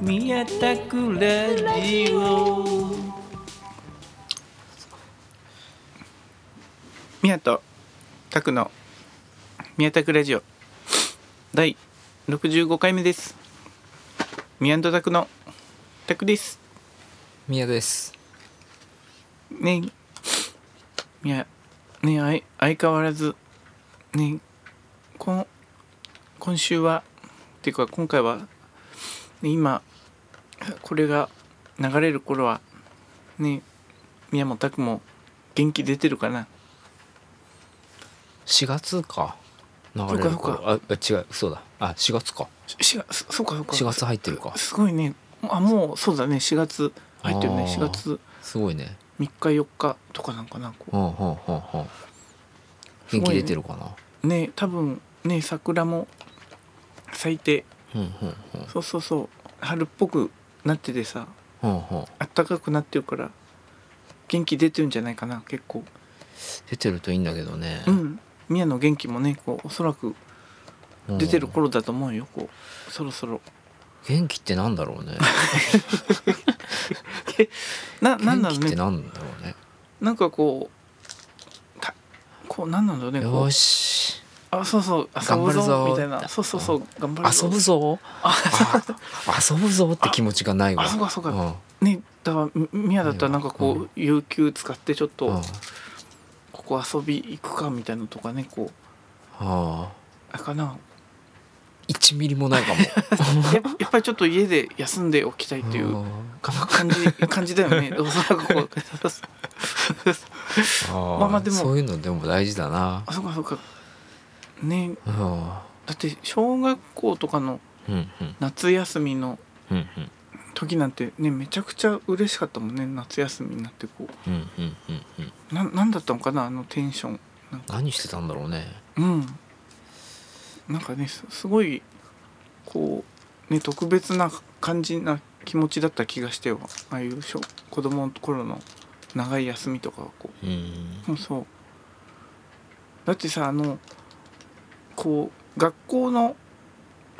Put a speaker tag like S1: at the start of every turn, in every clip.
S1: 宮田くラジオ
S2: 宮と拓の宮拓ラジオ第65回目です宮と拓の拓です
S3: 宮です
S2: ねいやねあい相変わらずねこん今週はっていうか今回は、ね今これが流れる頃はね宮も拓も元気出てるかな
S3: 4月か流れる頃
S2: そう
S3: ああ違うそうだあ4月か
S2: ししがそそうかそうか
S3: 4月入ってるか
S2: すごいねあもうそうだね4月入ってるね
S3: あー
S2: 4月
S3: すごいね
S2: 3日4日とかなんかなこ
S3: うんうんうんうん元
S2: す
S3: 気
S2: ごいね
S3: 出てるかな
S2: うね多分ね桜も咲いて
S3: うんうんうん
S2: そうそうそう春っぽくなっててさ
S3: うんうん
S2: 暖かくなってるから元気出てるんじゃないかな結構
S3: 出てるといいんだけどね
S2: うん宮の元気もねこうおそらく
S3: うん
S2: 出てる頃だと思うよこうそろそ ろ
S3: 元気ってなんだろうね
S2: な なんだろ
S3: 元
S2: う
S3: 気っ
S2: ね
S3: てなんだろうね
S2: なんかこうたこうなんなんだろうねこう
S3: よし
S2: あそうそう遊
S3: 頑
S2: ぶ
S3: 張るぞ
S2: ぞみたいなそうそうそう頑張るぞ
S3: 遊ぶぞあ遊ぶぞって気持ちがないわ
S2: あそうかそうか
S3: ん
S2: ねだからみ宮だったらなんかこう、
S3: うん
S2: 有給使ってちょっと、
S3: うんあ
S2: ここ遊び行くかみたいなのとかねこう
S3: あ
S2: あれかな
S3: 1ミリもないかも
S2: ややっぱりちょっと家で休んでおきたいっていう
S3: うん
S2: か感じ感じだよねおそらくこう
S3: あ
S2: まあ
S3: あ
S2: まあでも
S3: そういうのでも大事だな
S2: あそうかそうかね
S3: うんうん
S2: だって小学校とかの
S3: うん
S2: 夏休みの
S3: うん
S2: 時なんてねめちゃくちゃ嬉しかったもんね夏休みになってこ
S3: うんうんうんうんうん
S2: うななんだったのかなあのテンションなんか
S3: 何してたんだろうね
S2: うんなんかねすすごいこうね特別な感じな気持ちだった気がしてよああいう小子供の頃の長い休みとかはこ
S3: うん
S2: うもうそうだってさあのこう学校の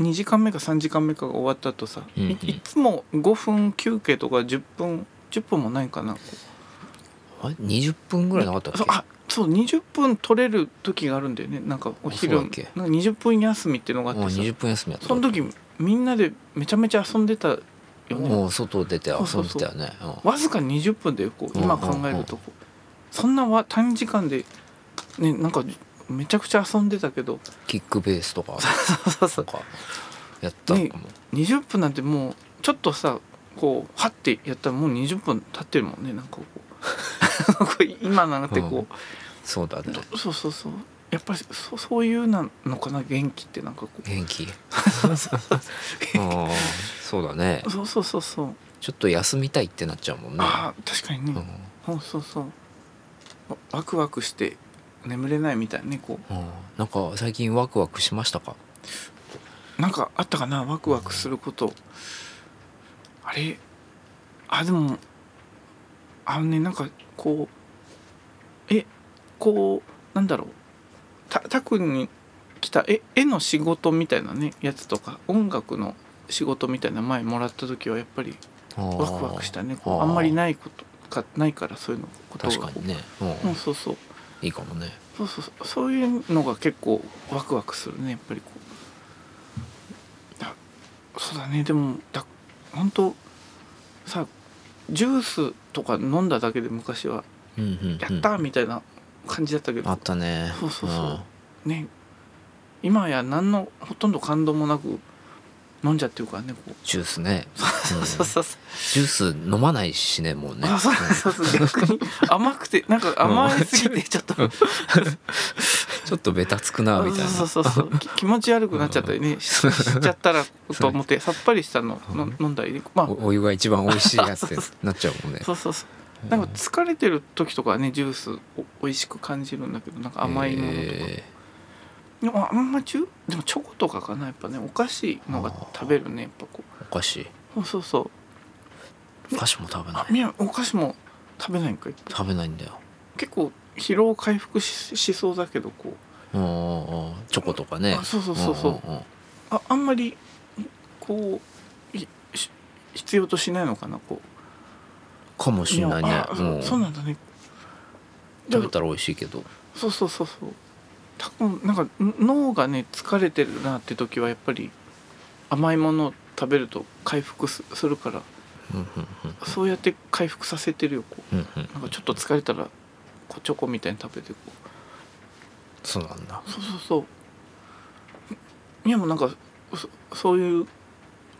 S2: 2時間目か3時間目かが終わった後さ、
S3: うんうん
S2: いいつも5分休憩とか10分10分もないかなこう
S3: あれ20分ぐらいなかったっけ
S2: そうあそう20分取れる時があるんだよねなんかお昼
S3: あ
S2: なん
S3: そう
S2: か
S3: だっけ
S2: 20分休みっていうのがあ
S3: もう
S2: ってさ
S3: 20分休みやった
S2: その時みんなでめちゃめちゃ遊んでたよね
S3: もう外出て遊んでたよねうん
S2: わずか20分だよこう今
S3: うんうん
S2: 考
S3: うん
S2: えるとこうそんなわ短時間でねなんかめちゃくちゃ遊んでたけど
S3: キックベースとかとかやった
S2: ね
S3: かも
S2: 20分なんてもうちょっとさこうはってやったらもう20分経ってるもんねなんかこうこう 今なんてこ
S3: そうだね
S2: う、どそうそうそうやっぱりそそういうなのかな元気ってなんかこう
S3: 元気 ああそうだね
S2: そうそうそうそう、
S3: ちょっと休みたいってなっちゃうもんね
S2: ああ確かにね、
S3: うん
S2: そうそうそうわワクワクして眠れないみたいなねこ
S3: うんなんか最近ワクワクしましたか
S2: うなんかあったかなワクワクすること、あれあでもあのねなんかこうえこうなんだろうたたくんに来た絵絵の仕事みたいなねやつとか音楽の仕事みたいな前もらった時はやっぱりワ
S3: ワ
S2: クワクしたねこうあんまりないことかないからそういうのことが
S3: 確かにね
S2: う
S3: うん
S2: んそうそう
S3: いいかもね
S2: そうそうそうそういうのが結構ワクワクするねやっぱりこうだそうだねでもだ本当さジュースとか飲んだだけで昔は
S3: うんうんうん
S2: 「やった!」みたいな感じだったけど、
S3: あったね
S2: そうそうそうね今や何のほとんど感動もなく飲んじゃってるからねこう。
S3: ジュースねうん
S2: そうそうそう
S3: ジュース飲まないしねもうね
S2: あそうそうそう逆に甘くてなんか甘えすぎてちょっと
S3: ちょっとベタつくなみたいな
S2: そうそうそう そうき気持ち悪くなっちゃったりねししちゃったらと思ってさっぱりしたのの飲んだりねまあ
S3: おお湯が一番美味しいやつってなっちゃうもんね
S2: そうそうそうなんか疲れてる時とかはねジュースを美味しく感じるんだけどなんか甘いものとか、
S3: え
S2: でもあんまちゅでもチョコとかかなやっぱねお菓子のが食べるねやっぱこ
S3: ーお菓子
S2: うそうそう
S3: お菓子も食べな
S2: あ
S3: い
S2: みやお菓子も食べないんかい
S3: 食べないんだよ
S2: 結構疲労回復ししそうだけどこう
S3: うんうんうんチョコとかね
S2: あそうそうそうそう
S3: うんうんうん
S2: ああんまりこういし必要としないのかなこう
S3: かもしれないね
S2: やあ
S3: うん
S2: そうなんだね
S3: 食べたら美味しいけど
S2: そうそうそうそう多分なんかん脳がね疲れてるなって時はやっぱり甘いものを食べると回復すするから
S3: うんうんうん
S2: そうやって回復させてるよこ
S3: うんうん
S2: うなんかちょっと疲れたらこうチョコみたいに食べてこ
S3: そうなんだ
S2: うそうそうそういやもうなんかそそういう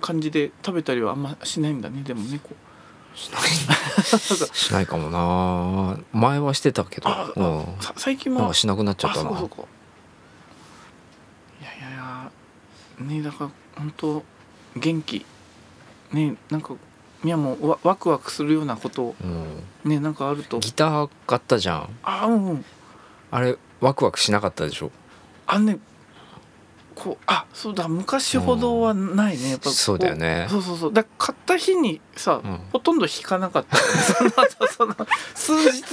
S2: 感じで食べたりはあんましないんだねでもねこう
S3: し ないしないかもな前はしてたけど
S2: あ
S3: うん
S2: さ最近
S3: なん
S2: は
S3: かしなくなっちゃった
S2: あそう
S3: な
S2: かそうかいやいやいやねだから本当元気ねなんかみやもワワクワクするようなこと
S3: うん
S2: ねなんかあると
S3: ギター買ったじゃん
S2: あうんうん
S3: あれワクワクしなかったでしょ
S2: あのねこうあそうだ昔ほどはないねやっぱこ
S3: そうだよね
S2: そうそうそうだから買った日にさ、
S3: うん
S2: ほとんど弾かなかったその後その数日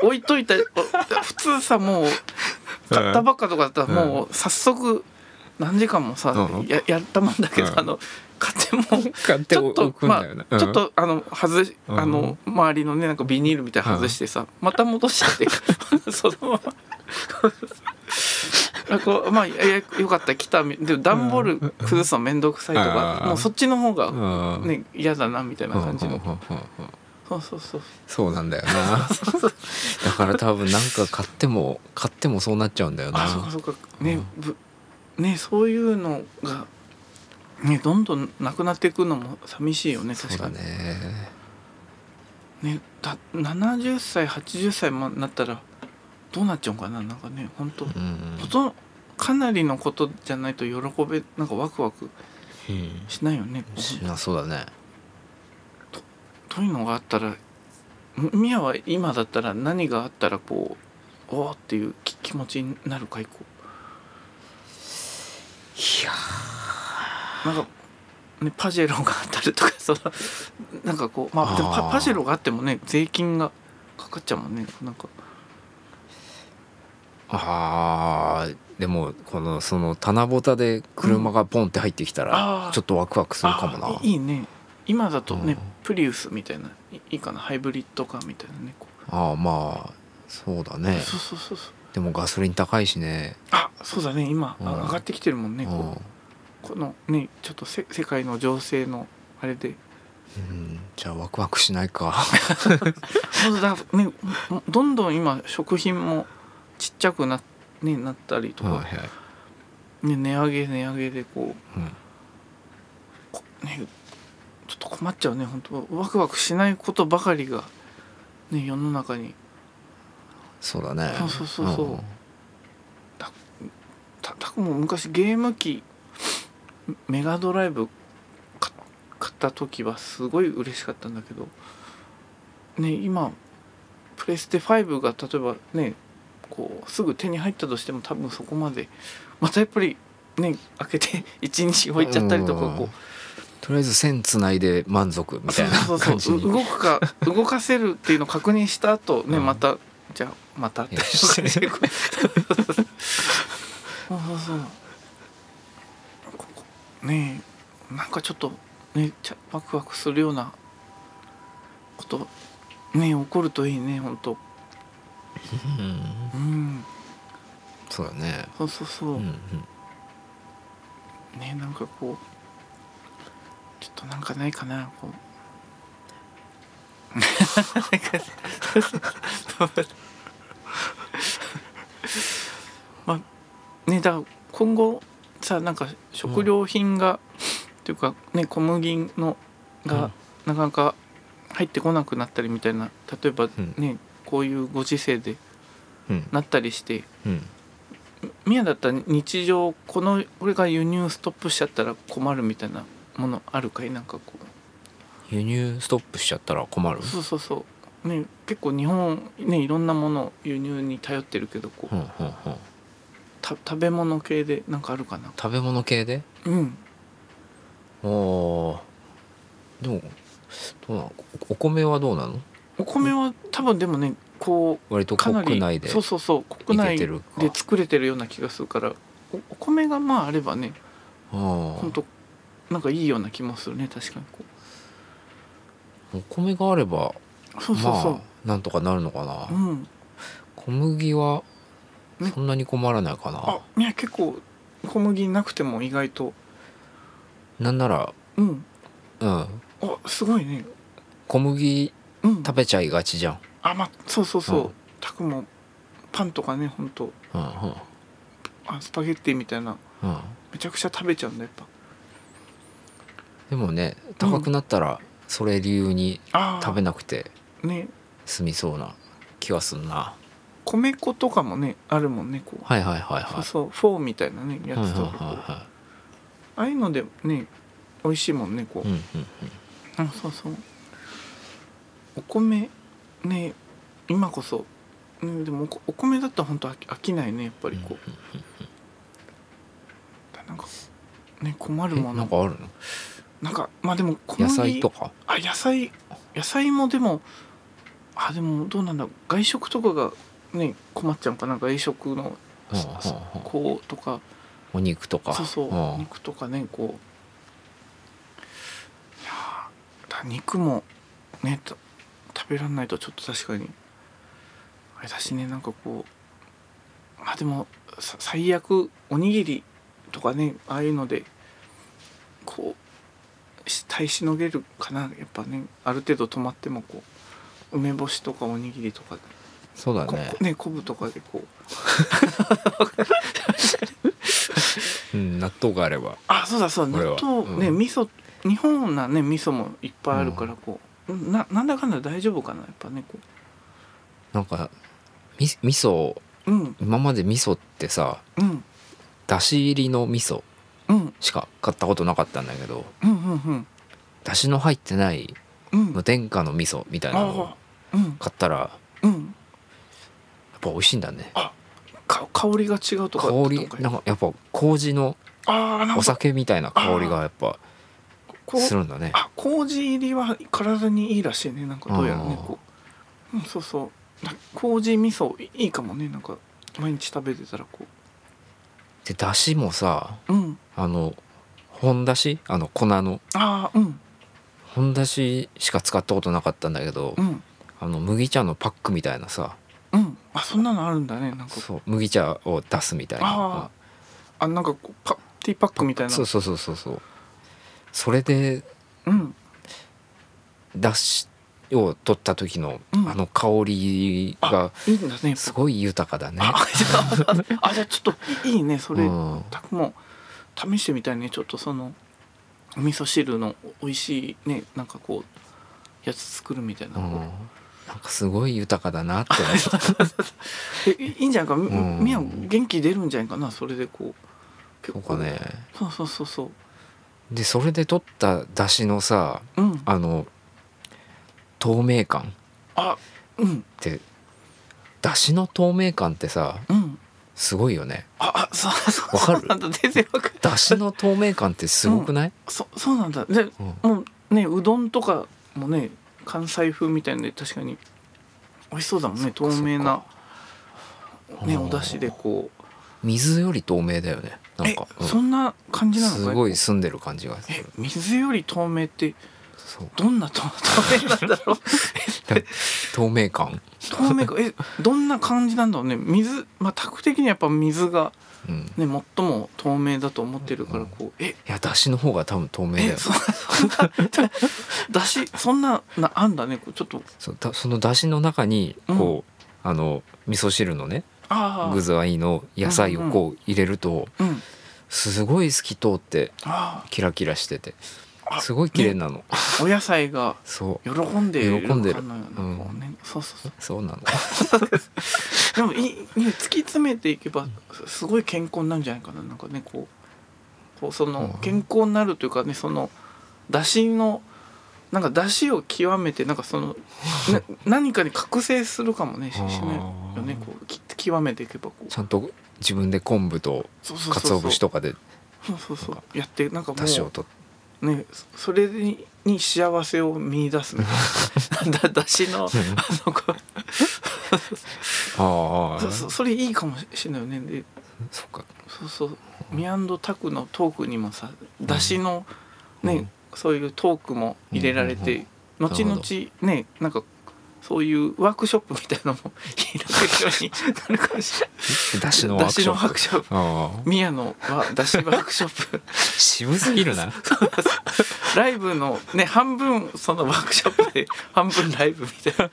S2: 置いといたお普通さもう買ったばっかとかだったらもう早速何時間もさ、
S3: うん
S2: ややったもんだけど、
S3: うん
S2: あの買っても
S3: 買っ
S2: ちょっとまあ、
S3: うん
S2: ちょっとあの外し、
S3: うん
S2: あの周りのねなんかビニールみたいなの外してさ、また戻して そのま まあこうまあいやよかった来たみでも段ボール崩すの面倒くさいとか、
S3: うん
S2: もうそっちの方が
S3: うん
S2: ね嫌だなみたいな感じの、
S3: うんうんうんうん
S2: そうそうそう
S3: そうなんだよなだから多分なんか買っても買ってもそうなっちゃうんだよな
S2: あそうかそうかね,、ぶねそういうのが、ね、どんどんなくなっていくのも寂しいよね
S3: そ
S2: 確
S3: う
S2: か
S3: だ
S2: に
S3: ね
S2: ねだ70歳80歳になったらどうなっちゃうんかななんかね本当、
S3: うん
S2: ほとんどかなりのことじゃないと喜べなんかワクワク
S3: うん
S2: しないよねこう
S3: しなそうだね
S2: どういうのがあったらみやは今だったら何があったらこうおーっていうき気持ちになるかいこ
S3: いや
S2: うなんか、ね、パジェロがあったりとか そのなんかこうまあでもパ
S3: あー
S2: パジェロがあってもね税金がかかっちゃうもんねなんか
S3: あーでもこのその棚ぼたで車がポンって入ってきた
S2: うんあ
S3: ら
S2: ー
S3: ちょっとワクワクするかも
S2: あ
S3: ない
S2: いいね今だとね、
S3: うん
S2: プリウスみたいないいいかなハイブリッドカーみたいなねこう
S3: ああまあそうだね
S2: そうそうそうそう
S3: でもガソリン高いしね
S2: あそうだね今、あ
S3: うん
S2: 上がってきてるもんね
S3: う
S2: こうんこのねちょっとせ世界の情勢のあれで
S3: うんじゃあワクワクしないか
S2: そうだね どんどん今食品もちっちゃくな,、ね、なったりと
S3: はい
S2: か、
S3: はい
S2: ね、値上げ値上げでこう
S3: うん
S2: こね、ちょっと困っちゃうね本当ワクワクしないことばかりが、ね、世の中に
S3: そうだね
S2: そうそうそうそうんたたくも昔ゲーム機メガドライブか買った時はすごい嬉しかったんだけどね今プレステ5が例えばねこうすぐ手に入ったとしても多分そこまでまたやっぱりね開けて1日置いちゃったりとか
S3: うん
S2: こう
S3: とりあえず線つないで満足みたいな
S2: そうそう
S3: 感じ
S2: そう
S3: に
S2: う動く か動かせるっていうのを確認した後ね、
S3: うん
S2: またじゃあまたって
S3: いや
S2: そうそうそうここねえなんかちょっとねちゃワクワクするようなことねえ起こるといいね本当う
S3: うん
S2: ん
S3: そうだね
S2: そうそうそう、
S3: うんうん
S2: ねえなんかこうちょっとなんかないかなこう まあねだから今後さなんか食料品が、っていうかね小麦の
S3: うん
S2: がなかなか入ってこなくなったりみたいな例えば
S3: うん
S2: ね、こういうご時世で
S3: うん
S2: なったりして
S3: うん
S2: 宮だったら日常このこれが輸入ストップしちゃったら困るみたいなものあるかいなんかこ
S3: 輸入ストップしちゃったら困る
S2: うそうそうそうね結構日本ねいろんなもの輸入に頼ってるけどこう
S3: うんうんうん
S2: た食べ物系でなんかあるかな
S3: 食べ物系で
S2: うん
S3: おーでもどうなのこお米はどうなの
S2: お米は多分でもねこ
S3: 割と
S2: うかなり
S3: 国内で
S2: そうそうそう国内
S3: いけて
S2: で
S3: るか
S2: 作れてるような気がするからおお米がまああればね
S3: ああ
S2: 本当なんかいいような気もするね確かにこ
S3: お米があれば
S2: うそうそうそう、
S3: まあなんとかなるのかな、
S2: うん
S3: 小麦は
S2: ね
S3: そんなに困らないか
S2: あ
S3: な、
S2: いや結構小麦なくても意外と
S3: なんなら
S2: うん
S3: うん
S2: あすごいね
S3: 小麦
S2: うん
S3: 食べちゃいがちじゃん、
S2: あまあそうそうそう、
S3: うん
S2: たくもパンとかねほんと
S3: うんうん
S2: あスパゲッティみたいな
S3: うん、
S2: めちゃくちゃ食べちゃうんだやっ
S3: でもね高くなったらそれ理由に
S2: ぱあ
S3: 食べなくて
S2: べね
S3: 済みそうな気はすんな
S2: 米粉とかもねあるもんねこう、
S3: はいはいはいはい
S2: そうそうフォーみたいなねや
S3: はいはい
S2: つとかこう、
S3: は
S2: ああいうのでね美味しいもんねこ、
S3: いううんうんうん
S2: あそうそうお米ね今こそ、うん、でもおこお米だったらほんと飽き飽きないねやっぱりこう、なんかね困る
S3: え
S2: もの
S3: なんかあるの
S2: なんかまあでも小麦
S3: 野菜とか
S2: あ野菜野菜もでもあでもどうなんだ外食とかがね困っちゃうのかな外食の
S3: うんうん
S2: そ
S3: うん
S2: こうとか
S3: お肉とか
S2: そうそう
S3: うん
S2: 肉とかねこういやーだ肉もねた食べらんないとちょっと確かにあれだしねなんかこうまあでもさ最悪おにぎりとかねああいうのでこうし耐えしのげるかなやっぱねある程度止まってもこう梅干しとかおにぎりとか
S3: そうだ
S2: こ
S3: ね
S2: ね昆布とかでこう
S3: うん納豆があれば
S2: あそうだそうだ
S3: これは
S2: 納豆ね、
S3: うん
S2: 味噌日本なね味噌もいっぱいあるからこう、ななんだかんだ大丈夫かなやっぱねこ
S3: なんかみ味噌
S2: ううん
S3: 今まで味噌ってさ
S2: うん
S3: だし入りの味噌
S2: うん
S3: しか買ったことなかったんだけど
S2: うんうんうん
S3: だしの入ってない
S2: うん
S3: 無添加の味噌みたいなのを
S2: あうん
S3: 買ったらや
S2: うん
S3: っぱ美味しいんだね
S2: か香りが違うとか
S3: 香り
S2: と
S3: なん
S2: か
S3: かやっぱ麹の
S2: ああなん
S3: お
S2: か
S3: 酒みたいな香りがやっぱ
S2: こ
S3: す
S2: う
S3: るんだね
S2: あ麹入りは体にいいらしいねなんかどうやらね
S3: あー
S2: こう、うん、そうそうな麹味噌いいいかもねなんか毎日食べてたらこ
S3: でだしもさ
S2: ううん
S3: あの本だしあの粉の
S2: ああうん
S3: 本だししか使ったことなかったんだけど
S2: うん
S3: あの麦茶のパックみたいなさ
S2: うんあそんなのあるんだねなんか
S3: そう麦茶を出すみたい
S2: あ
S3: な
S2: あなんかこうパティーパックみたいな
S3: そうそうそうそうそうそれで
S2: うん
S3: だしを取った時の
S2: うん
S3: あの香りが
S2: あいいんだね
S3: すごい豊かだね
S2: あじゃああじゃあちょっといいねそれ、
S3: うん
S2: たくも試してみたいねちょっとそのお味噌汁の美味しいねなんかこうやつ作るみたいな、こ
S3: うん
S2: う
S3: なんかすごい豊かだなって思った
S2: えいいんじゃないかみ
S3: うん
S2: みや元気出るんじゃないかなそれでこう結
S3: そうかね
S2: そうそうそうそう
S3: でそれで取った出汁のさ
S2: うんあ
S3: あの透明感
S2: うん
S3: って出汁の透明感ってさ
S2: うん
S3: すごいよね
S2: あ あそうそう
S3: わかる
S2: そうなんだ全然わかる
S3: 出汁の透明感ってすごくない、
S2: そそうなんだで
S3: うん
S2: もうねうどんとかもね関西風みたいなんで確かに美味しそうだもんね透明なね
S3: あー
S2: お出汁でこう
S3: 水より透明だよねなん
S2: え
S3: か、うん
S2: そんな感じなのか
S3: すごい澄んでる感じがす
S2: え
S3: る
S2: 水より透明って
S3: そう
S2: どんなと透明なんだろ う
S3: 透明感、
S2: 透明かえどんな感じなんだろうね水まあタク的にはやっぱ水が
S3: うん、い
S2: ね最も透明だと思ってるからこうえ
S3: や出汁の方が多分透明だ
S2: え
S3: よ
S2: そそんなだしそんななあんだねこうちょっと
S3: そうだその出汁の中にこう、あの味噌汁のね
S2: ああ
S3: 具材の野菜をこう入れると、
S2: うん
S3: すごい透き通って
S2: あ
S3: キラキラしてて
S2: あ
S3: すごい綺麗なの、
S2: あお野菜が
S3: そ
S2: 喜んでる
S3: 喜んで
S2: か
S3: る
S2: のようなこうねそうそうそう
S3: うそうなの
S2: でもいいね突き詰めていけばすすごい健康になるんじゃないかななんかねこうこうその
S3: うん
S2: 健康になるというかねそのだしのなんかだしを極めてなんかその な何かに覚醒するかもねししないよねこうき極めていけばこう
S3: ちゃんと自分で昆布と
S2: そうそうそうそう
S3: 鰹節とかで
S2: そうそうそうやってなんかも
S3: 出汁を
S2: う
S3: とっ
S2: ねそそれにに幸せを見出すみたい なだだしのあのこう
S3: ああ
S2: そそそれいいかもしれないよねで
S3: そっか
S2: そうそうミアンドタクのトークにもさだしの
S3: うん
S2: ね、
S3: うん
S2: そういうトークも入れられて、
S3: うんうん
S2: 後々ねなんかそういうワークショップみたいなのも 開けるようになるかもしれ
S3: だしの
S2: ない。だしのワークショップ。
S3: ああ
S2: 宮野はだしワークショッ プ。
S3: 渋すぎ るな
S2: ライブのね半分そのワークショップで半分ライブみたいな。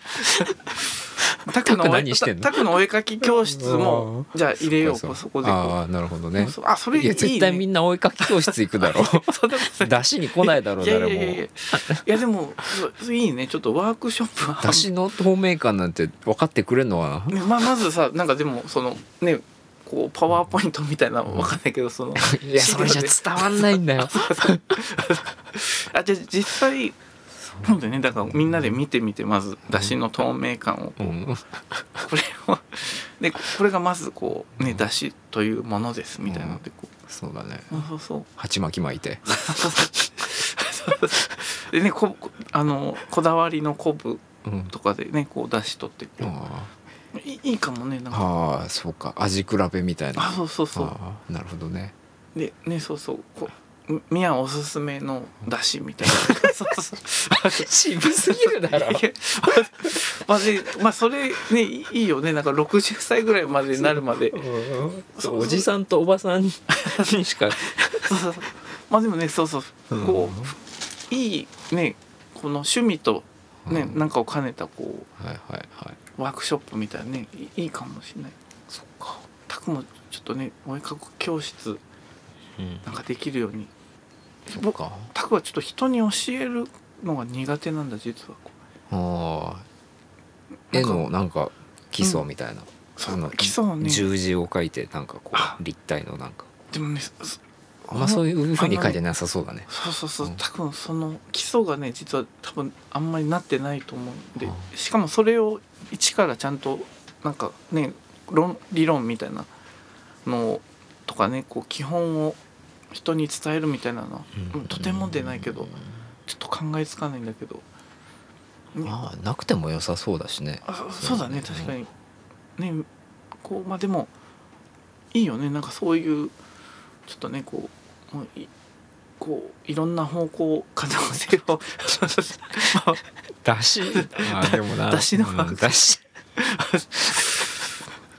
S2: タク
S3: タク
S2: お絵
S3: 何してんの
S2: タクのお絵描き教室もじゃあ入れようこそこでこう
S3: ああなるほどね
S2: そうあそれいい
S3: いや絶対み
S2: ね。
S3: んなお絵かき教室行くだろ
S2: そんなことない
S3: 出汁に来ないだろう
S2: いやいや
S3: 誰
S2: いやいや
S3: も
S2: いやでもそう いいねちょっとワークショップは
S3: 出汁の透明感なんて分かってくれんのかな
S2: ねまあ、まずさなんかでもそのねこうパワーポイントみたいなのわかんないけどその
S3: いやそれじゃ伝わんないんだよ
S2: あじゃあ実際なんでねだからみんなで見てみてまずだしの透明感を
S3: うん
S2: これをでここれがまずこうねだしというものですみたいなのでこ
S3: そうだね
S2: うそうそう
S3: 鉢巻き巻いて
S2: そうでねここあのこだわりの昆布
S3: うん
S2: とかでねこうだし取ってこ
S3: あ
S2: ういいいかもねなん
S3: あ
S2: か
S3: ああそうか味比べみたいな
S2: あそうそうそう
S3: ああなるほどね
S2: でねそうそうこうみやおすすめのだしみたい なそうそう
S3: 渋すぎるだろ
S2: いやまあねまあそれねいいいよねなんか60歳ぐらいまでになるまでそう
S3: おじさんとおばさんにし か
S2: そうそうそうまあでもねそうそうこういいねこの趣味とね、
S3: うん
S2: なんかを兼ねたこ
S3: はいはいはいう
S2: ワークショップみたいなねいいいかもしれない
S3: そっか
S2: たくもちょっとねお絵描き教室
S3: うん
S2: なんかできるように
S3: そっ
S2: 僕
S3: か
S2: たくはちょっと人に教えるのが苦手なんだ実はこ
S3: ああ
S2: うな
S3: 絵
S2: んか
S3: のなんか基礎みたいな、
S2: そう
S3: あの
S2: 基礎をね
S3: 十字を描いてなんかこ
S2: あ
S3: う立体のなんか
S2: でもねそそ
S3: あんまそういうふうに描いてなさそうだね
S2: そうそうそう
S3: うん
S2: 多分その基礎がね実は多分あんまりなってないと思うんで
S3: は
S2: しかもそれを一からちゃんとなんかね論理論みたいなのとかねこう基本を人に伝えるみたいなのは、うんとてもでないけどちょっと考えつかないんだけど、ね、あ
S3: まあなくても良さそうだしね
S2: そそうだね確かにねこうまあでもいいよねなんかそういうちょっとねこうもういこういろんな方向可能性を
S3: だしあでも な
S2: だしの
S3: うんだし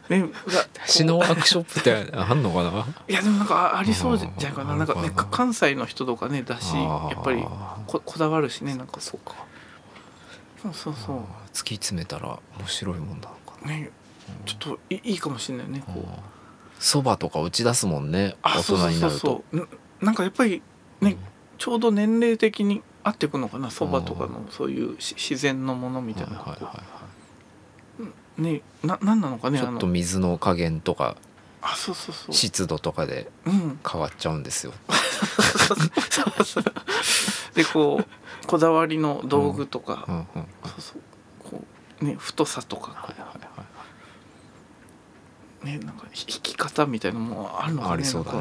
S2: ねが
S3: だしのワークショップってあんのかない
S2: やでもなんかあありそうじゃないかな
S3: うん
S2: なんかね
S3: うん
S2: か関西の人とかねだし
S3: あー
S2: やっぱりここだわるしねなんかそうかそうそうそ
S3: あー突き詰めたら面白いもんだのか
S2: うねちょっといいいかもしれないね
S3: な
S2: こう
S3: そばとか打ち出すもんね
S2: あ
S3: 大
S2: そうそう
S3: 人に
S2: そ
S3: な
S2: う
S3: ると
S2: そうななんかやっぱりねちょうど年齢的に合ってくのかなそばとかのそういうし自然のものみ
S3: うん
S2: たい
S3: はい
S2: な、
S3: はいはいはい
S2: ねななんなのかね
S3: ち
S2: あ
S3: ょっと
S2: の
S3: 水の加減とか
S2: あそうそうそう
S3: 湿度とかで
S2: うん
S3: 変わっちゃうんですよ。
S2: そうそうでこうこだわりの道具とか、
S3: うんうんはい
S2: そうそうこうね太さとか
S3: はいはいはい
S2: こうねなんか引き方みたいなのもあるのかね
S3: ありそうだね。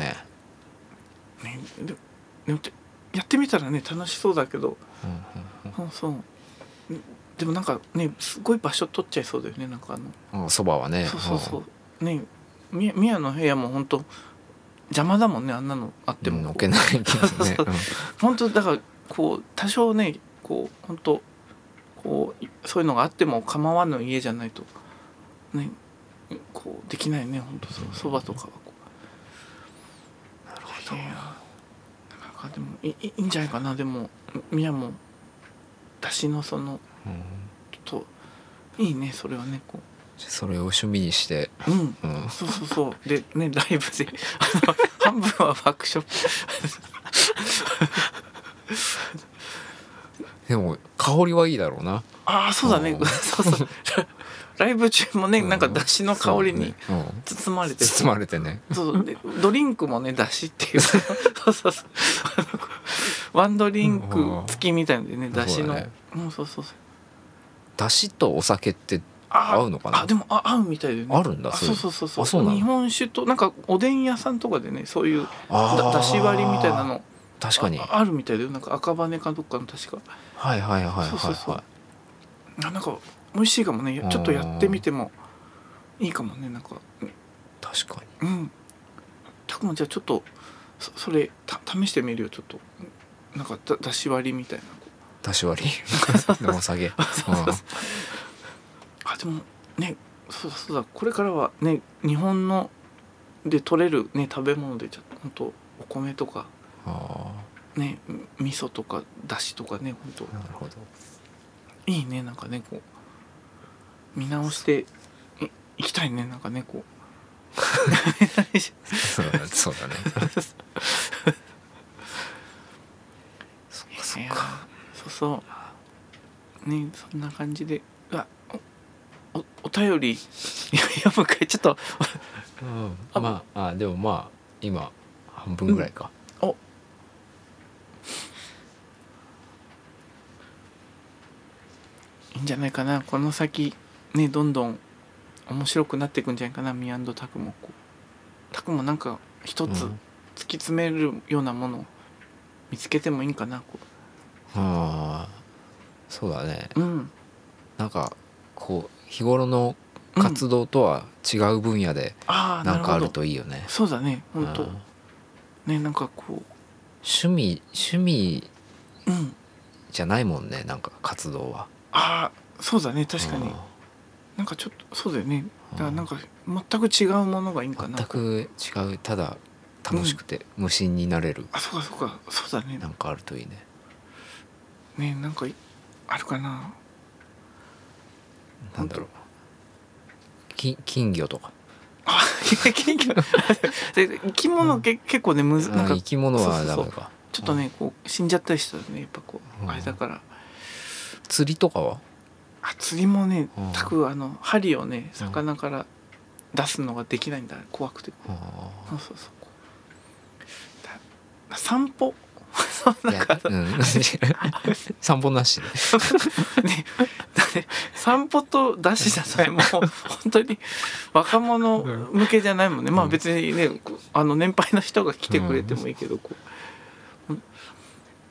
S2: なんかねででもてやってみたらね楽しそうだけど
S3: うんうんうん
S2: そうそうでもなんかねすごい場所取っちゃいそうだよねなんかあの
S3: うんそばはね。
S2: そうそうそうねみ宮の部屋も本当邪魔だもんねあんなのあって
S3: でも
S2: も
S3: のけないけどね
S2: そう。本当だからこう多少ねこう本当こういそういうのがあっても構わぬ家じゃないとねこうできないね本当そそばとかはこうなるほどなかなかでもいいいいんじゃないかなでもみ宮もだしのその
S3: うんうん
S2: ちょっといいねそれはねこ
S3: それを趣味にして、
S2: ううん
S3: うん
S2: そうそうそうでねライブであの半分はワークショップ
S3: でも香りはいいだろうな。
S2: ああそうだね
S3: うん
S2: そうそうライブ中もねなんか出汁の香りに
S3: そうねうん
S2: 包まれて
S3: 包まれてね。
S2: そうそうでドリンクもね出汁っていうそうそうそうあのワンドリンク付きみたいのでね出汁の
S3: そうだね
S2: うんそうそうそう
S3: だしとお酒って
S2: あー
S3: 合うのかな
S2: あでもあ合うみたいでね
S3: あるんだ。
S2: そうそうそうそう
S3: あそうなの
S2: 日本酒となんかおでん屋さんとかでねそういうだ
S3: あー
S2: だし割りみたいなの
S3: 確かに
S2: ああるみたいだよなんか赤羽かどっかの確か
S3: はいはいはいはい
S2: そうそうそう
S3: は
S2: あなんか美味しいかもねいやちょっとやってみてもいいかもねなんか
S3: い確かに
S2: うんたくもじゃあちょっとそそれた試してみるよちょっとなんかだだし割りみたいな
S3: 出し割り お下げう
S2: あでもねそうだそうだこれからはね日本ので取れるね食べ物でちょっと本当お米とか
S3: んあ
S2: ねみ味噌とかだしとかね本当
S3: あなるほど
S2: いいねなんかねこう見直していいきたいねなんかねこう
S3: そうだそうだねそっかそっ
S2: いや
S3: か
S2: そうそうねそんな感じであおおお便り読むかいちょっと
S3: うん
S2: あ
S3: まああでもまあ今半分ぐらいか、
S2: おいいんじゃないかなこの先ねどんどん面白くなっていくんじゃないかなミアンドタクもこうタクもなんか一つ
S3: う
S2: 突
S3: ん
S2: き詰めるようなものを見つけてもいいんかなこ
S3: ああそうだね
S2: ううん
S3: なんかこう日頃の活動とは違う分野で
S2: ああな
S3: な
S2: る
S3: んか
S2: ほ
S3: ある
S2: ど
S3: といいよね、
S2: そうだね
S3: うん
S2: 本当ねなんかこ
S3: 趣味趣味
S2: ううん
S3: じゃないもんねなんか活動は
S2: ああそうだね確かに
S3: う
S2: なんかちょっとそうだよねだから
S3: うん
S2: なんか全く違うものがいいんか
S3: ん
S2: な
S3: 全く違うただ楽しくて無心になれる、
S2: あそうかそうかそうだね
S3: なんかあるといいね
S2: ねなんかいあるかな
S3: なんだろうき金魚とか
S2: あいや金魚で生き物け、結構ねむずなん
S3: あ
S2: か
S3: 生き物は
S2: そうそ
S3: ダ
S2: うそう
S3: メか
S2: ちょっとねこう死んじゃったりしたらねやっぱこう、
S3: うん
S2: あれだから
S3: 釣りとかは
S2: あ釣りもね
S3: うん
S2: たくあの針をね魚から出すのができないんだ怖くて
S3: あ
S2: そうそうそうこうだだ散歩 そう
S3: ー
S2: ないん
S3: や
S2: か
S3: うん 散歩なしで
S2: ねだね散歩と出しださえも う本当に若者向けじゃないもんね、まあ
S3: うん
S2: 別にねこうあの年配の人が来てくれてもいいけどこう、うん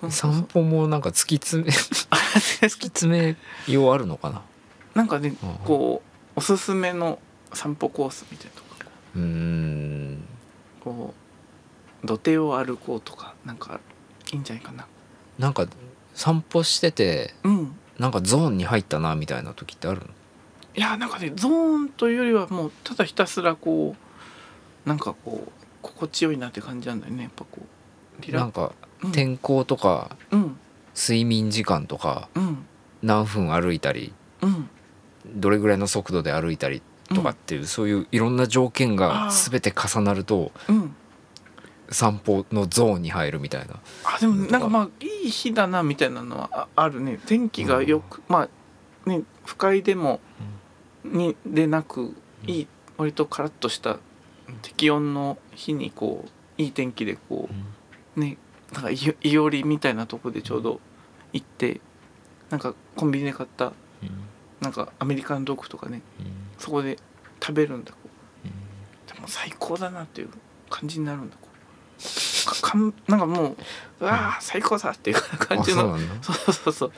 S3: 散歩もなんか突き詰め突き詰めようあるのかな
S2: なんかね
S3: うん
S2: こうおすすめの散歩コースみたいなとか
S3: うーん
S2: こう土手を歩こうとかなんかいいんじゃないかな
S3: なんか散歩してて
S2: うん
S3: なんかゾーンに入ったなみたいな時ってあるの
S2: いやなんかねゾーンというよりはもうただひたすらこうなんかこう心地よいなって感じなんだよねやっぱこうリラ
S3: なん
S2: ッ
S3: か
S2: うん
S3: 天候とか
S2: うん
S3: 睡眠時間とか
S2: うん
S3: 何分歩いたり
S2: うん
S3: どれぐらいの速度で歩いたりとかっていう、そういういろんな条件
S2: あ
S3: が
S2: ー
S3: 全て重なると
S2: うん
S3: 散歩のゾーンに入るみたいな
S2: あでもなんかまあいい日だなみたいなのはああるね天気がよく、まあね不快でもにでなくいい割とカラッとした適温の日にこういい天気でこうねなんかいいおりみたいなとこでちょうど行ってなんかコンビニで買ったなんかアメリカンドッグとかねそこで食べるんだこうでも最高だなっていう感じになるんだこうかかんなんかもううわあ最高だっていう感
S3: あ
S2: じ
S3: そう
S2: の
S3: なんだ
S2: そうそうそうそう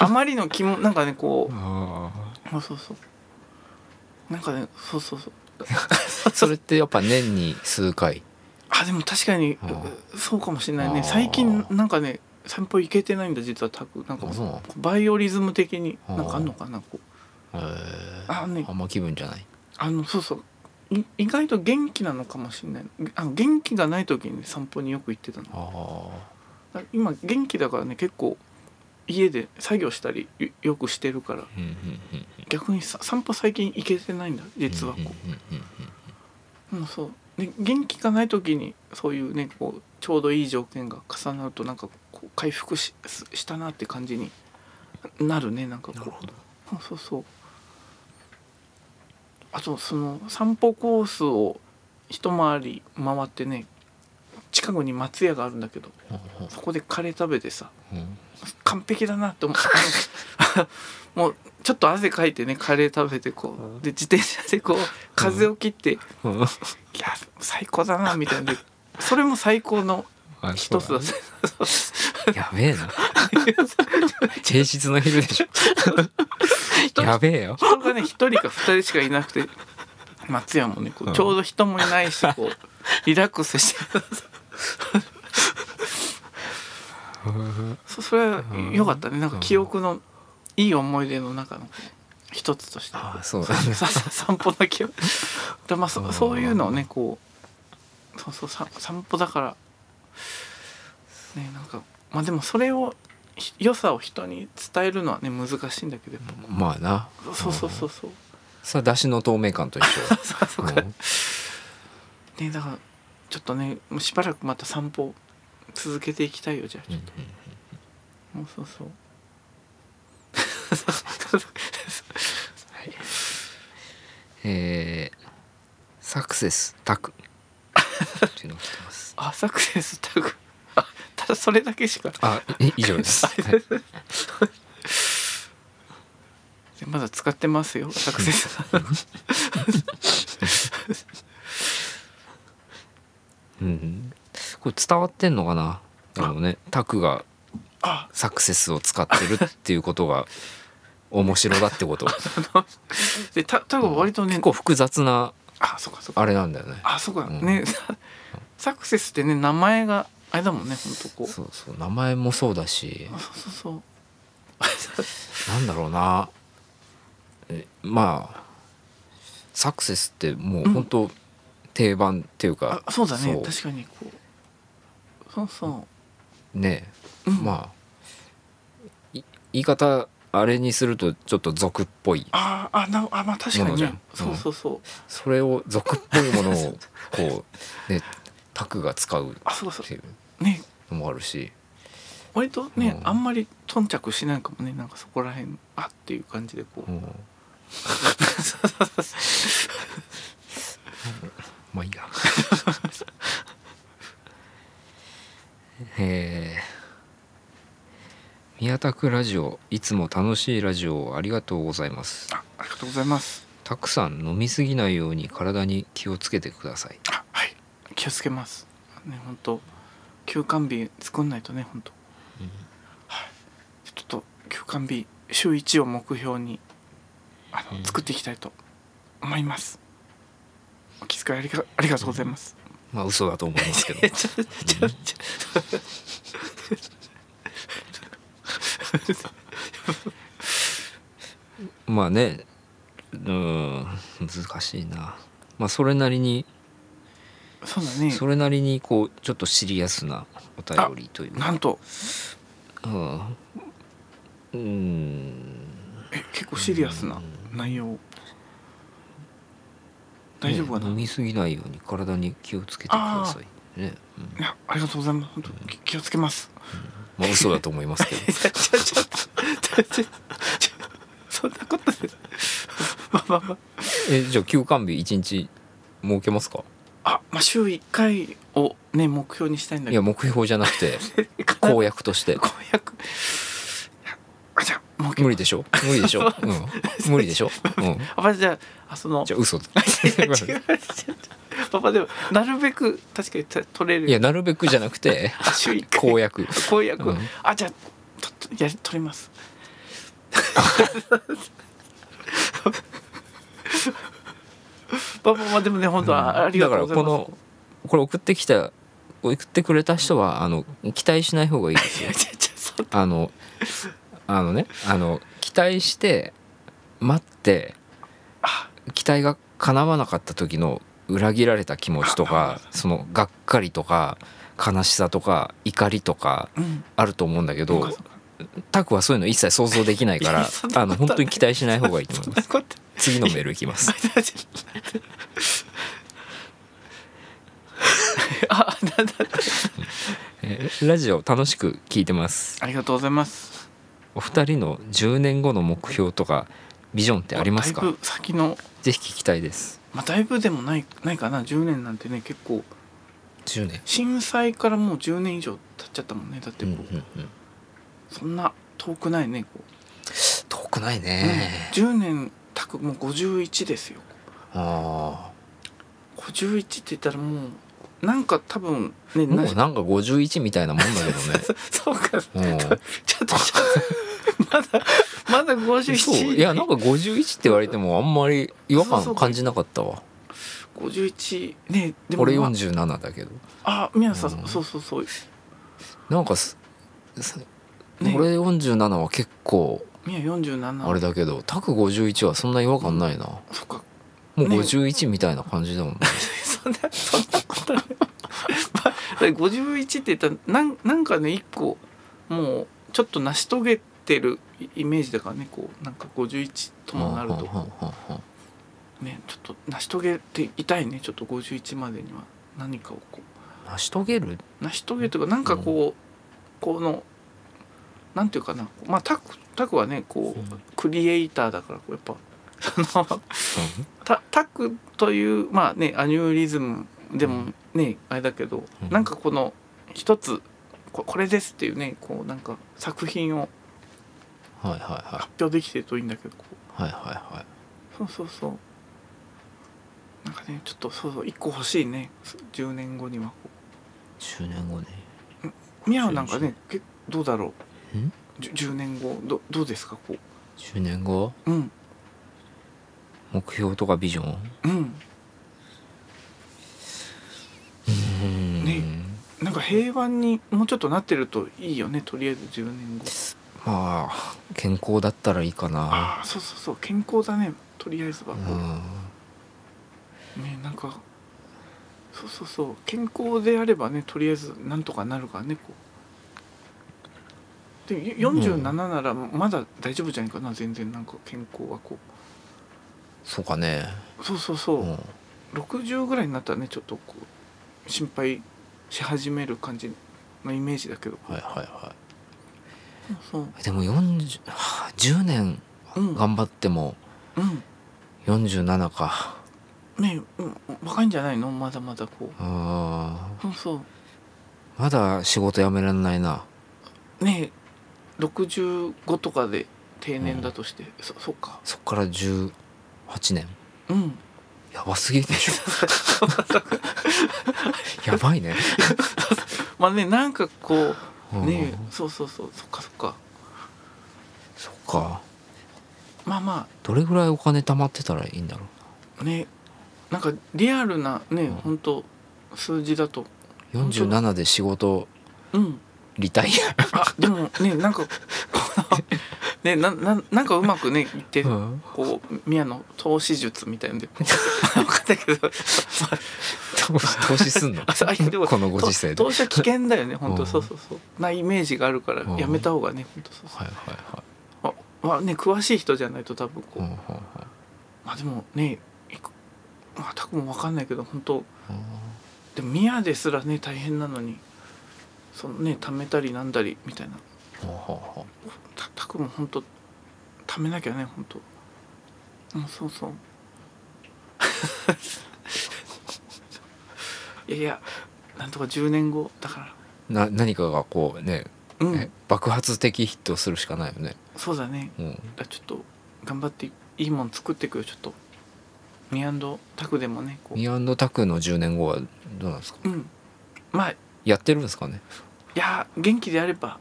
S2: あまりの気もなんかねこ
S3: あ
S2: うそうそうそうなんかねそうそうそう
S3: ーそれってやっぱ年に数回
S2: あでも確かに
S3: あ
S2: うそうかもしれないね
S3: あー
S2: 最近なんかね散歩行けてないんだ実はタクなんか
S3: あそうなの
S2: バイオリズム的になんかあんのかなこう
S3: へー
S2: あね
S3: あんま気分じゃない
S2: あのそうそうい意外と元気なのかもしれないあの元気がない時に散歩によく行ってたの
S3: あー
S2: だから今元気だからね結構家で作業したりよよくしてるから
S3: うんうんうんうん
S2: 逆にさ散歩最近行けてないんだ実はこ
S3: うんうんうんうん
S2: う,、うん、そうで元気がない時にそういうねこうちょうどいい条件が重なるとなんかこう回復しすしたなって感じになるねなんかこう
S3: なるほど
S2: そうそうそうあとその散歩コースを一回り回ってね近くに松屋があるんだけどそこでカレー食べてさ
S3: うんうん
S2: 完璧だなって思 うもうちょっと汗かいてねカレー食べてこ
S3: うん
S2: うで自転車でこう風を切って、い
S3: うん
S2: や最高だなみたいなんでそれも最高の
S3: あ
S2: 一つ
S3: そう
S2: だね
S3: だやべえな平日の昼でしょやべえよ
S2: 人がね一人か二人しかいなくて松屋もねこ
S3: う
S2: うんちょうど人もいないしこうリラックスしてそそれは良かったねなんか記憶のいい思い出の中の一つとして
S3: ああそうなんだ
S2: さ さ散歩だけを で、まあ、
S3: う
S2: そ
S3: ん
S2: そういうのをねこうそうそうさ散歩だからねなんかまあでもそれをひ良さを人に伝えるのはね難しいんだけどやっぱ
S3: まあな
S2: そうそうそううそう
S3: それは出汁の透明感と一緒
S2: そうそうか
S3: うん
S2: ねだからちょっとねもうしばらくまた散歩続けていきたいよじゃあ
S3: うんう
S2: も
S3: ん
S2: うそうそう
S3: えーサクセスタクっていうのが来てます
S2: あサクセスタグあただそれだけしか
S3: あい以上です、 はい
S2: まだ使ってますよサクセス
S3: うん、これ伝わってんのかなでもねタクが
S2: あ
S3: サクセスを使ってるっていうことが面白だってこと
S2: でた多分 割とね
S3: 結構複雑な
S2: あそうかそうか
S3: あれなんだよね
S2: あそうか、
S3: うん
S2: ねさサクセスってね名前があれだもんねほんとこう
S3: そうそう名前もそうだし
S2: あそうそう そう
S3: なんだろうなえまあサクセスってもう本当定番っていうか、
S2: あそうだね
S3: そう
S2: 確かにこうそうそ
S3: ね
S2: う、うん、
S3: まあい言い方あれにするとちょっと俗っぽい
S2: ああなあまあ確か
S3: もの
S2: に
S3: じゃ
S2: ね
S3: ん
S2: そうそうそう、
S3: それを俗っぽいものをこうねタクが使うっ
S2: あそうそう
S3: ていう
S2: ね
S3: のもあるし
S2: 割とね、
S3: うん
S2: あんまり頓着しないかもねなんかそこら辺あっていう感じでこう、
S3: うんまあいいやえー宮田区ラジオいつも楽しいラジオをありがとうございます
S2: あありがとうございます
S3: たくさん飲みすぎないように体に気をつけてください
S2: あはい気をつけますね本当休館日作んないとね本当、
S3: うん
S2: はいちょっと休館日週1を目標にあの、
S3: うん
S2: 作っていきたいと思いますお気遣いありがありがとうございます、
S3: まあ嘘だと思いますけど
S2: ちょちょちょちょ
S3: まあねうん難しいなまあそれなりに
S2: そうだね
S3: それなりにこうちょっとシリアスなお便りという
S2: な
S3: か
S2: んと
S3: うんうん
S2: え結構シリアスな内容大丈夫かな、
S3: ね飲みすぎないように体に気をつけてくださいね、うん
S2: いやありがとうございます本当気気をつけます
S3: まあ嘘だと思いま すけど
S2: ちょちょちょちょちょそんなことないまあまあま
S3: えじゃあ休館日一日設けますか
S2: ああまあ週1回をね目標にしたいんだ
S3: い
S2: け
S3: や
S2: ど
S3: 目標じゃなく て
S2: こ
S3: 公約として
S2: 公約いやあじゃあもう
S3: 無理でしょ無理でしょ、うん、無理でしょ、うん、
S2: あまあじゃああその
S3: じゃあ嘘
S2: 違う違う違うパパでもなるべく確かにと取れる
S3: いやなるべくじゃなくて
S2: 週1回
S3: 公約
S2: 公約、
S3: うん
S2: あじゃあととやり取ります まあまあまあでもね本当はありが
S3: だ
S2: と
S3: か
S2: う
S3: ら
S2: ござ
S3: こ
S2: います、
S3: のこれ送ってきた送ってくれた人はあの期待しない方がいいです
S2: い
S3: よ
S2: やちょちょそん
S3: あのあのねあの期待して待って
S2: あ
S3: 期待が叶わなかった時の裏切られた気持ちと かそのがっかりとか悲しさとか怒りとか
S2: うん
S3: あると思うんだけど
S2: そうか
S3: タクはそういうの一切想像できないか
S2: い
S3: ら
S2: や そんな
S3: あの
S2: ことは
S3: 本当に期待しない方がいいと
S2: そ
S3: 思い
S2: ん
S3: ま
S2: な
S3: す
S2: こと
S3: 次のメールい きます
S2: あなんだ
S3: えーラジオ楽しく聞いてます
S2: ありがとうございます
S3: お二人の10年後の目標とかビジョンってありま
S2: だ
S3: す
S2: い
S3: か
S2: ぶ先の
S3: ぜひ聞きたいです
S2: まあだいぶでもないないかな10年なんてね結構
S3: 10年
S2: 震災からもう10年以上経っちゃったもんねだってもう、そんな遠くないねこう
S3: 遠くないね、
S2: 10年たくもう51ですよ
S3: ああ
S2: 51って言ったらもうなんか多分ね
S3: もう
S2: な
S3: なんか51みたいなもんだ
S2: そうかち
S3: けどね
S2: ょっとちょっとまだまだ
S3: うんそう
S2: 51
S3: いやなんか51って言われてもあんまり違和
S2: そうそう
S3: 感感じなかったわ
S2: 51ねでも、
S3: 俺
S2: まあ、
S3: 47だけど
S2: あ宮さん、
S3: うん
S2: そうそうそう
S3: なんかすす
S2: ね
S3: 俺47は結構
S2: 宮47
S3: あれだけどタク51はそんな違和感ないな
S2: そっか
S3: もう
S2: ね
S3: 51みたいな感じだも んね
S2: そんなそんなことない、まあ、51って言ったらなんなんかね一個もうちょっと成し遂げてるイメージだからねこうなんか51ともなると
S3: はんはんはんはん
S2: ねちょっと成し遂げていたいねちょっと51までには何かをこ
S3: 成し遂げる
S2: う成し遂げるというかなんかこう、このなんていうかなまあタクタクはねこ
S3: うん
S2: うクリエイターだからこうやっぱ そのタタクというまあねアニューリズムでもね、あれだけど、
S3: うん
S2: なんかこの一つここれですっていうねこうなんか作品を
S3: はいはいは
S2: 発表できてるといいんだけどこう
S3: いはいはいはい
S2: そうそうそうなんかねちょっとそうそう一個欲しいね10年後には
S3: 10年後ね
S2: ミャオなんかねけどうだろうん 10, 10年後どどうですかこ
S3: 10年後
S2: ううん
S3: 目標とかビジョン
S2: うん
S3: うん
S2: ねなんか平和にもうちょっとなってるといいよねとりあえず10年後
S3: まあ健康だったらいいかな
S2: ああそうそうそう健康だねとりあえずは
S3: う
S2: こ
S3: ん
S2: う、ねなんかそうそうそう健康であればねとりあえずなんとかなるからねこうでよ47ならまだ大丈夫じゃないかな、全然なんか健康はこ
S3: そうかね
S2: うそうそうそうう、
S3: ん
S2: 60ぐらいになったらねちょっとこう心配し始める感じのイメージだけど
S3: はいはいは
S2: そう
S3: いでも40はあ10年
S2: うん
S3: 頑張っても
S2: うん
S3: 47か
S2: ねうん若いんじゃないのまだまだこう
S3: あ
S2: そうそう
S3: ーまだ仕事辞められないな
S2: ねえ65とかで定年だとして、そそうか
S3: そっから18年
S2: うん
S3: やばすぎでしょやばいね
S2: まあねなんかこ
S3: うん
S2: うねえそうそうそうそっかそっか
S3: そっか
S2: まあま
S3: どれぐらいお金貯まってたらいいんだろ
S2: あねなんかリアルなね、
S3: ん
S2: ほんと数字だと
S3: う47で仕事
S2: うん
S3: リタイ
S2: あでもねなん かこのねなななんかうまくねいって、
S3: ア、うん、
S2: こう宮の投資術みたいんで 分かったけど
S3: 投資投資すんの
S2: そうあでも
S3: このご時世で
S2: と投資は危険だよね本
S3: う
S2: 当
S3: ん
S2: そうそうそうなイメージがあるから
S3: うん
S2: やめた方がね本当そうそう
S3: はいはいはい
S2: まあまあね詳しい人じゃないと多分こう、
S3: うんうんうん
S2: まあでもねいくまあたくも分かんないけど本当
S3: う
S2: でも宮ですらね大変なのにそのね貯めたりなんだりみたいなん
S3: ほうほうほ
S2: たたくも本当貯めなきゃね本当うんそうそう いやいやなんとか10年後だか
S3: うな何かがこうね、
S2: らうん
S3: え爆発的ヒットするしかないよね、
S2: そうだね
S3: うん、
S2: だからちょっと頑張っていいもん作っていくよちょっとミアンドタクでもねこ
S3: ミアンドタクの10年後はどうなんですか
S2: ううんまあい
S3: やってるんで すかね
S2: や元気であれば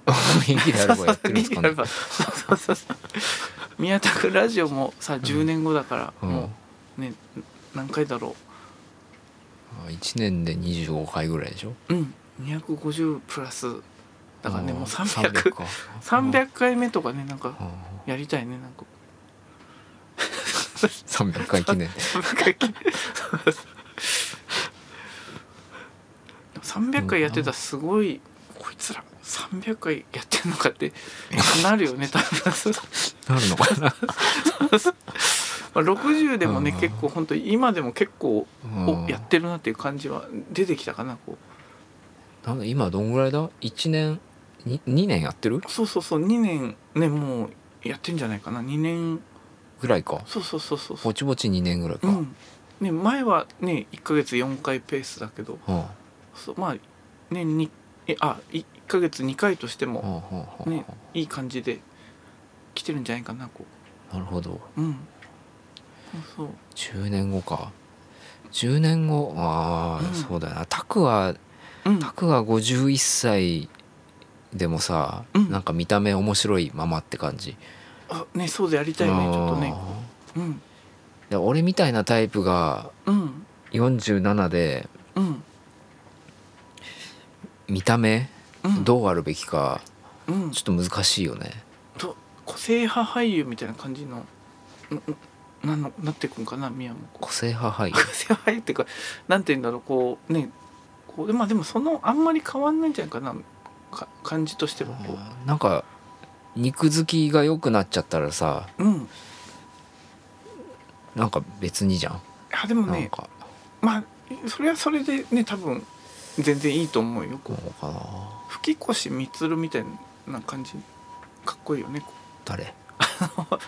S3: 元気であればやってるんです
S2: そうそう元気
S3: かね
S2: であればそうそうそう宮田君ラジオもさ10年後だから、
S3: うん
S2: もうね何回だろ
S3: 1年で25回ぐらいでしょ
S2: ううん250プラスだからね
S3: ん
S2: もう
S3: 300
S2: 300300
S3: か
S2: 回目とかねなんか
S3: うん
S2: やりたいねなんか
S3: 300回記念
S2: 300回やってたらすごい、こいつら300回やってんのかってなるよね多 分
S3: なるのかな
S2: まあ60でもね、
S3: うん
S2: 結構本当に今でも結構、
S3: うん
S2: おやってるなっていう感じは出てきたかなこ
S3: なんだ今どんぐらいだ1年 2, 2年やってる
S2: うそうそうそう2年ねもうやってんじゃないかな2年
S3: ぐらいか
S2: そうそうそうそう
S3: ぼちぼち2年ぐらいか、
S2: うんね、前はね1ヶ月4回ペースだけど
S3: うん
S2: そうまあ年にえあ1ヶ月2回として
S3: う
S2: も
S3: んうんうんうん
S2: ねいい感じで来てるんじゃないかなこ
S3: なるほど
S2: ううんそうそう
S3: 10年後か10年後ああ、
S2: うん
S3: そうだよなタクは
S2: うん
S3: タクは51歳でもさ、
S2: うん
S3: なんか見た目面白いままって感じ
S2: あねそうでやりたいねちょっとねうん
S3: で俺みたいなタイプが
S2: うん
S3: 47で
S2: うん
S3: 見た目
S2: うん
S3: どうあるべきか
S2: うん
S3: ちょっと難しいよね、
S2: と個性派俳優みたいな感じのんんなんのなってくんかな宮も
S3: 個性派俳 優
S2: 個性派俳優っていうかなんて言うんだろうこうねこうまあでもそのあんまり変わんないんじゃないかなか感じとしてはこ
S3: あーなんか肉付きが良くなっちゃったらさ
S2: ううん
S3: なんか別にじゃん、
S2: あでも
S3: なん
S2: ね
S3: か
S2: まあそれはそれでね多分全然いいと思うよこ
S3: ど
S2: う
S3: うかな
S2: 吹越充みたいな感じかっこいいよねこ
S3: 誰
S2: う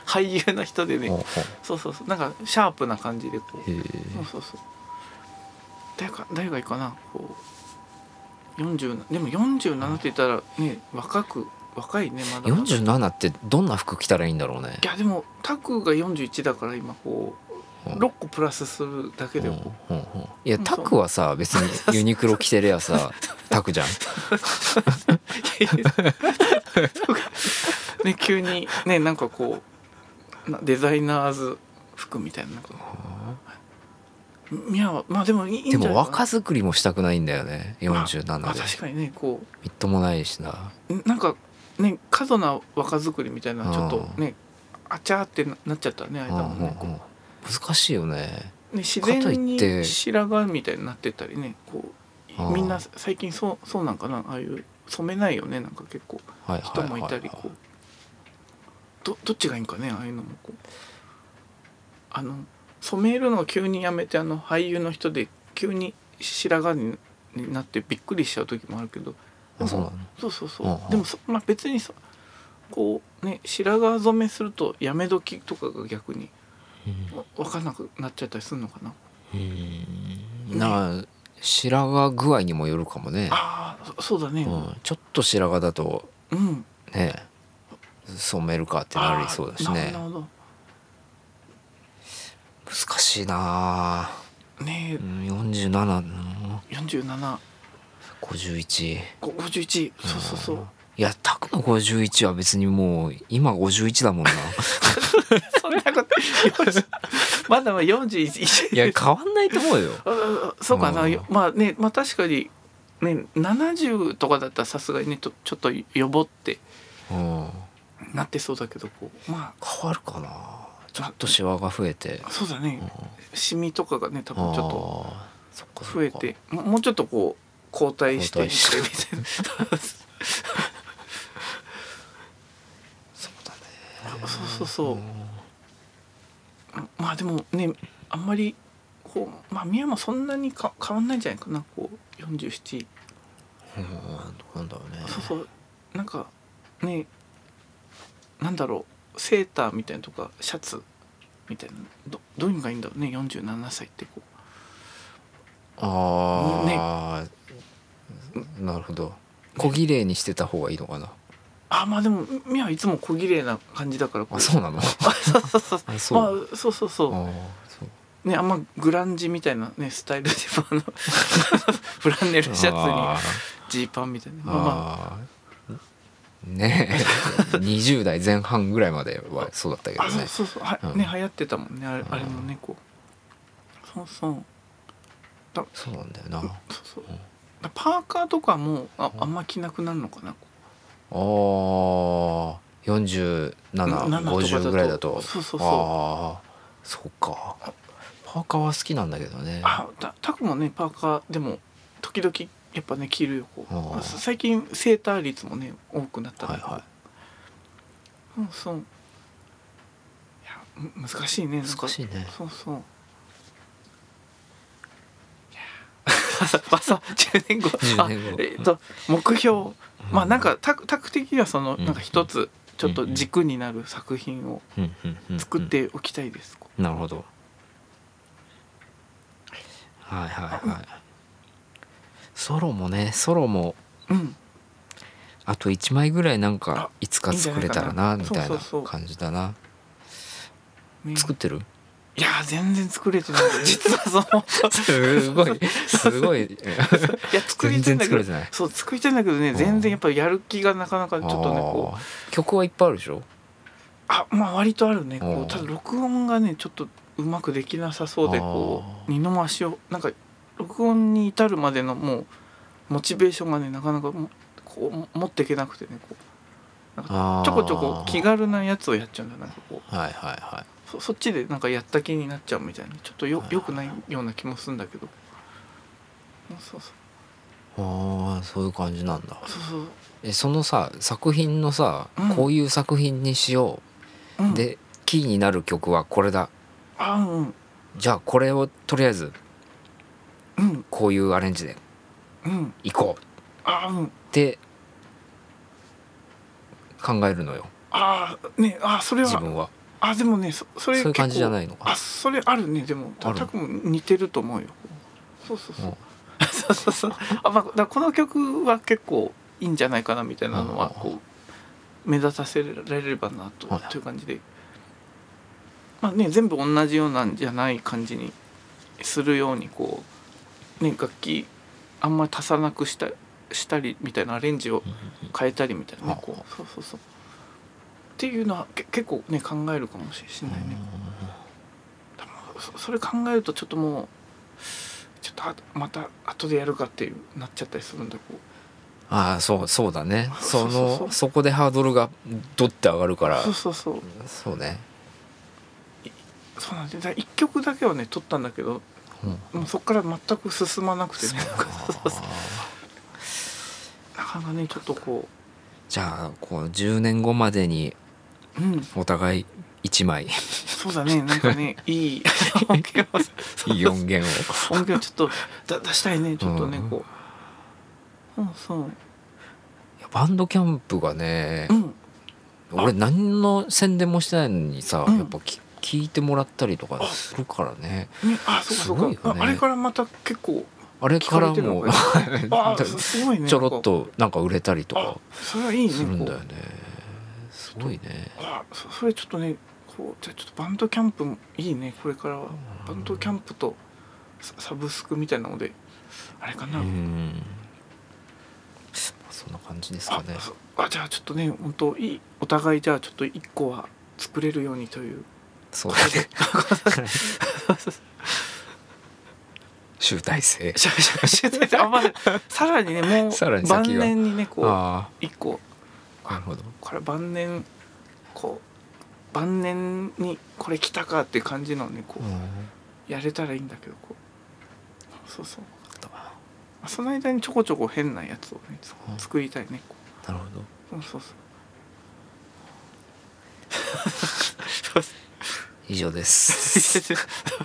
S2: 俳優の人でね
S3: ほうほう
S2: そうそうそうなんかシャープな感じでこう
S3: へえ
S2: そうそうそう誰か誰がいいかなこう40でも47って言ったらね若く若いねまだまだい
S3: 47ってどんな服着たらいいんだろうね
S2: やでもタクが41だから今こう
S3: うん
S2: 6個プラスするだけでこう
S3: うんうんうんいや
S2: うん
S3: タクはさ別にユニクロ着てり ゃさタクじゃん
S2: ね急にねなんかこうなデザイナーズ服みたいななんかミャはまあでもいいいい
S3: で
S2: んじゃ
S3: も
S2: ないか
S3: 若
S2: な
S3: 作りもしたくないんだよね
S2: まあ
S3: 47で
S2: 確かにねこう
S3: みっともないしな
S2: なんかね過度な若作りみたいなちょっとねあちゃーってななっちゃったねあれだもんね,こ
S3: う
S2: うん
S3: うん
S2: ね
S3: うん難しいよね
S2: 自
S3: かと
S2: 然
S3: いって
S2: に白髪みたいになってったりねこ
S3: あー
S2: うみんな最近そうそうなんかなああいう染めないよねなんか結構
S3: はいは
S2: 人
S3: い
S2: も
S3: はいいは
S2: た
S3: い
S2: りこうどどっちがいいんかねああいうのもこうあの染めるのを急にやめてあの俳優の人で急に白髪にになってびっくりしちゃう時もあるけどで
S3: あ
S2: も
S3: そうなの
S2: そうそうそう、
S3: うんうん
S2: でもそ、まあ、別にそこうね白髪染めするとやめ時とかが逆にわ分かんなくなっちゃったりするのかな、
S3: うんな白髪具合にもよるかもね、
S2: ああそそうだね
S3: うん、ちょっと白髪だと
S2: うん、
S3: ね染めるかってなりそうだし
S2: あー
S3: ね
S2: なるほど
S3: 難しいなあ
S2: ね
S3: うん47なの
S2: え4751
S3: 51
S2: 51そうそうそ
S3: ん
S2: う
S3: いやタクの51は別にもう今51だもんな
S2: そんなこと40まだまあ41
S3: いや変わんないと思うよ
S2: ああ そうかな、
S3: うん
S2: よまあねまあ確かにね70とかだったらさすがにねとちょっとよぼって
S3: うん
S2: なってそうだけどこうま
S3: 変わるかなちょっとシワが増えて
S2: あそうだね
S3: うん
S2: シミとかがね多分ちょっと
S3: あーそっかそっか
S2: 増えてももうちょっとこう後退して
S3: 後退して
S2: みたいな そ
S3: そうだね
S2: うそうそうまあでもねあんまりこうまあ宮もそんなにか変わんないんじゃないかなこう47
S3: うんどうなんだろうね
S2: そうそうなんかねなんだろうセーターみたいなとかシャツみたいなどどういうのがいいんだろうね47歳ってこ
S3: ああ、なるほど小綺麗にしてた方がいいのかな
S2: うあまあでも宮はいつも小綺麗な感じだからこ
S3: あそうなの
S2: あそうそうそう
S3: あそう
S2: まあそうそうそう
S3: あーそう
S2: ね、あんまグランジみたいなねスタイルでもあの フランネルシャ
S3: あー
S2: ツにジーパンみたいなまあまあ
S3: ああねえ 20代前半ぐらいまではそうだったけど
S2: あそ
S3: ね
S2: うそうそうは、
S3: うん
S2: ね流行ってたもんねあれ
S3: うん
S2: あれもねこうそうそう
S3: そうなんだよなあ
S2: そうそう
S3: うん
S2: だパーカーとかもああんま着なくなるのかなこ
S3: あー
S2: う7とか
S3: 4750ぐらいだと
S2: そうそうそう
S3: ああそうかパーカーは好きなんだけどね
S2: あたタクもねパーカーでも時々やっぱね着るよこう
S3: あー
S2: さ最近セーター率もね多くなった
S3: は
S2: か
S3: い
S2: ら
S3: は
S2: うんそういやむ難しいねなん
S3: い
S2: か
S3: 難しいね
S2: そうそう。い やーまさ10年後
S3: 10年
S2: あ
S3: 後
S2: えっと目標まあなんかタクタク的にはその
S3: うん
S2: なんか一つちょっと軸になる作品を
S3: うんうんうんうん
S2: 作っておきたいです、
S3: なるほどはいはいはいソロもねソロも
S2: うん
S3: あと1枚ぐらいなんか
S2: あ
S3: いつか作れたらない
S2: いん
S3: み
S2: じゃないい
S3: た
S2: かな
S3: な
S2: そうそうそう
S3: 感じだな
S2: ね
S3: 作ってる
S2: いやー全然作れ てない実はその
S3: すごいすごい
S2: いや作りたいんだけ
S3: 全然作れて
S2: ど
S3: ない
S2: そう作りたいんだけどね
S3: ん
S2: 全然やっぱりやる気がなかなかちょっとねこ
S3: あ
S2: う
S3: ー曲はいっぱいあるでしょ
S2: あまあ割とあるね
S3: う
S2: こ
S3: ん
S2: うただ録音がねちょっとうまくできなさそうでこ
S3: あ
S2: う二の足をなんか録音に至るまでのもうモチベーションがねなかなかもうこう持っていけなくてねこうちょこちょこ気
S3: が
S2: 軽なやつをやっちゃうんだよなんかこう
S3: はいはいはい
S2: そそっちでなんかやった気になっちゃうみたいなちょっとよ
S3: あー
S2: よくないような気もするんだけどそうそう
S3: ああそういう感じなんだ
S2: そうそう
S3: えそのさ作品のさ、
S2: うん
S3: こういう作品にしよ
S2: そう、う
S3: う、
S2: ん、
S3: でキーになる曲はこれだ
S2: あうんうん
S3: じゃあこれをとりあえず
S2: うん
S3: こういうアレンジで
S2: うん
S3: いこう
S2: あうん
S3: って考えるのよ
S2: あーねあそれ
S3: 自
S2: は
S3: 分は
S2: あでもねそそ
S3: そう
S2: れ
S3: いう感じじゃ
S2: い
S3: ないのか
S2: あそれあるねでも
S3: あ
S2: た
S3: る
S2: たくも似てると思うよそうそう
S3: な
S2: そう そうそうそうあ、まあ、だからこの曲は結構いいんじゃないかなみたいなのは
S3: うん
S2: こう目立たせられればなと
S3: はい
S2: という感じでまあね全部同じようなんじゃない感じにするようにこうね楽器あんまり足さなくしたしたりみたいなアレンジを変えたりみたいなね
S3: あ
S2: こうそうそうそうっていうのはけ結構ね考えるかもしれないねでもそそれ考えるとちょっともうちょっとあまた後でやるかっていうなっちゃったりするんだこ
S3: ああそうそうだねそ
S2: そうそうそう
S3: のそこでハードルがドって上がるか
S2: う
S3: ら
S2: そうそうそう
S3: そうね、
S2: そうなんですよだ1曲だけはね撮ったんだけど
S3: うん
S2: もうそこから全く進まなくてねそうそう
S3: あー
S2: なかなかねちょっとこ
S3: じゃあこう10年後までに
S2: ううん
S3: お互い1枚
S2: そうだねなんか ねいい音源を
S3: いい音源を
S2: 音源をちょっとだ出したいねちょっとね
S3: うん
S2: こううんそう
S3: いやバンドキャンプがね
S2: う、ん
S3: 俺何の宣伝もしてないのにさ、
S2: うん
S3: やっぱき聞いてもらったりとかするからね
S2: ねあそうかそうか
S3: すごいよね
S2: ああれからまた結構
S3: あれ
S2: 聞
S3: か
S2: かられてるの
S3: も
S2: かよ あすすごいね
S3: ちょろっとなんか売れたりと
S2: あ
S3: か
S2: それはいいね
S3: するんだよ
S2: こ
S3: ねすごいね
S2: うあそそれちょっとねこうじゃあちょっとバンドキャンプもいいねこれからは
S3: ん
S2: バンドキャンプとササブスクみたいなのであれか
S3: う
S2: な、
S3: んまあそんな感じですか
S2: あ
S3: ね
S2: そあじゃあちょっとね本当いいお互いじゃあちょっと一個は作れるようにという
S3: そうだね 集大成
S2: しゃしゃしゃしゃあまあ さらにねも
S3: さら
S2: う
S3: に先が
S2: 晩年にねこ
S3: あ
S2: う一個
S3: あなるほど
S2: これ晩年こう晩年にこれ来たかっていう感じのねこう、
S3: うん
S2: やれたらいいんだけどこうそうそうその間にちょこちょこ変なやつをねつ
S3: うん
S2: 作りたいねこ
S3: なるほど
S2: うそうそうそう
S3: 以上です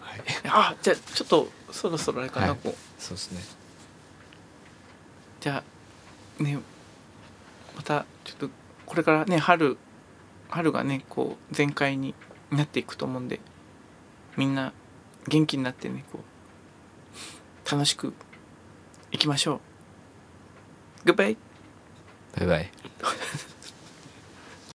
S3: はい
S2: あじゃあちょっとそろそろあれかな、
S3: はい
S2: こう
S3: そうですね
S2: じゃあねまたちょっとこれからね春春がねこう全開になっていくと思うんでみんな元気になってねこう楽しくいきましょうグッバイ
S3: バイバイ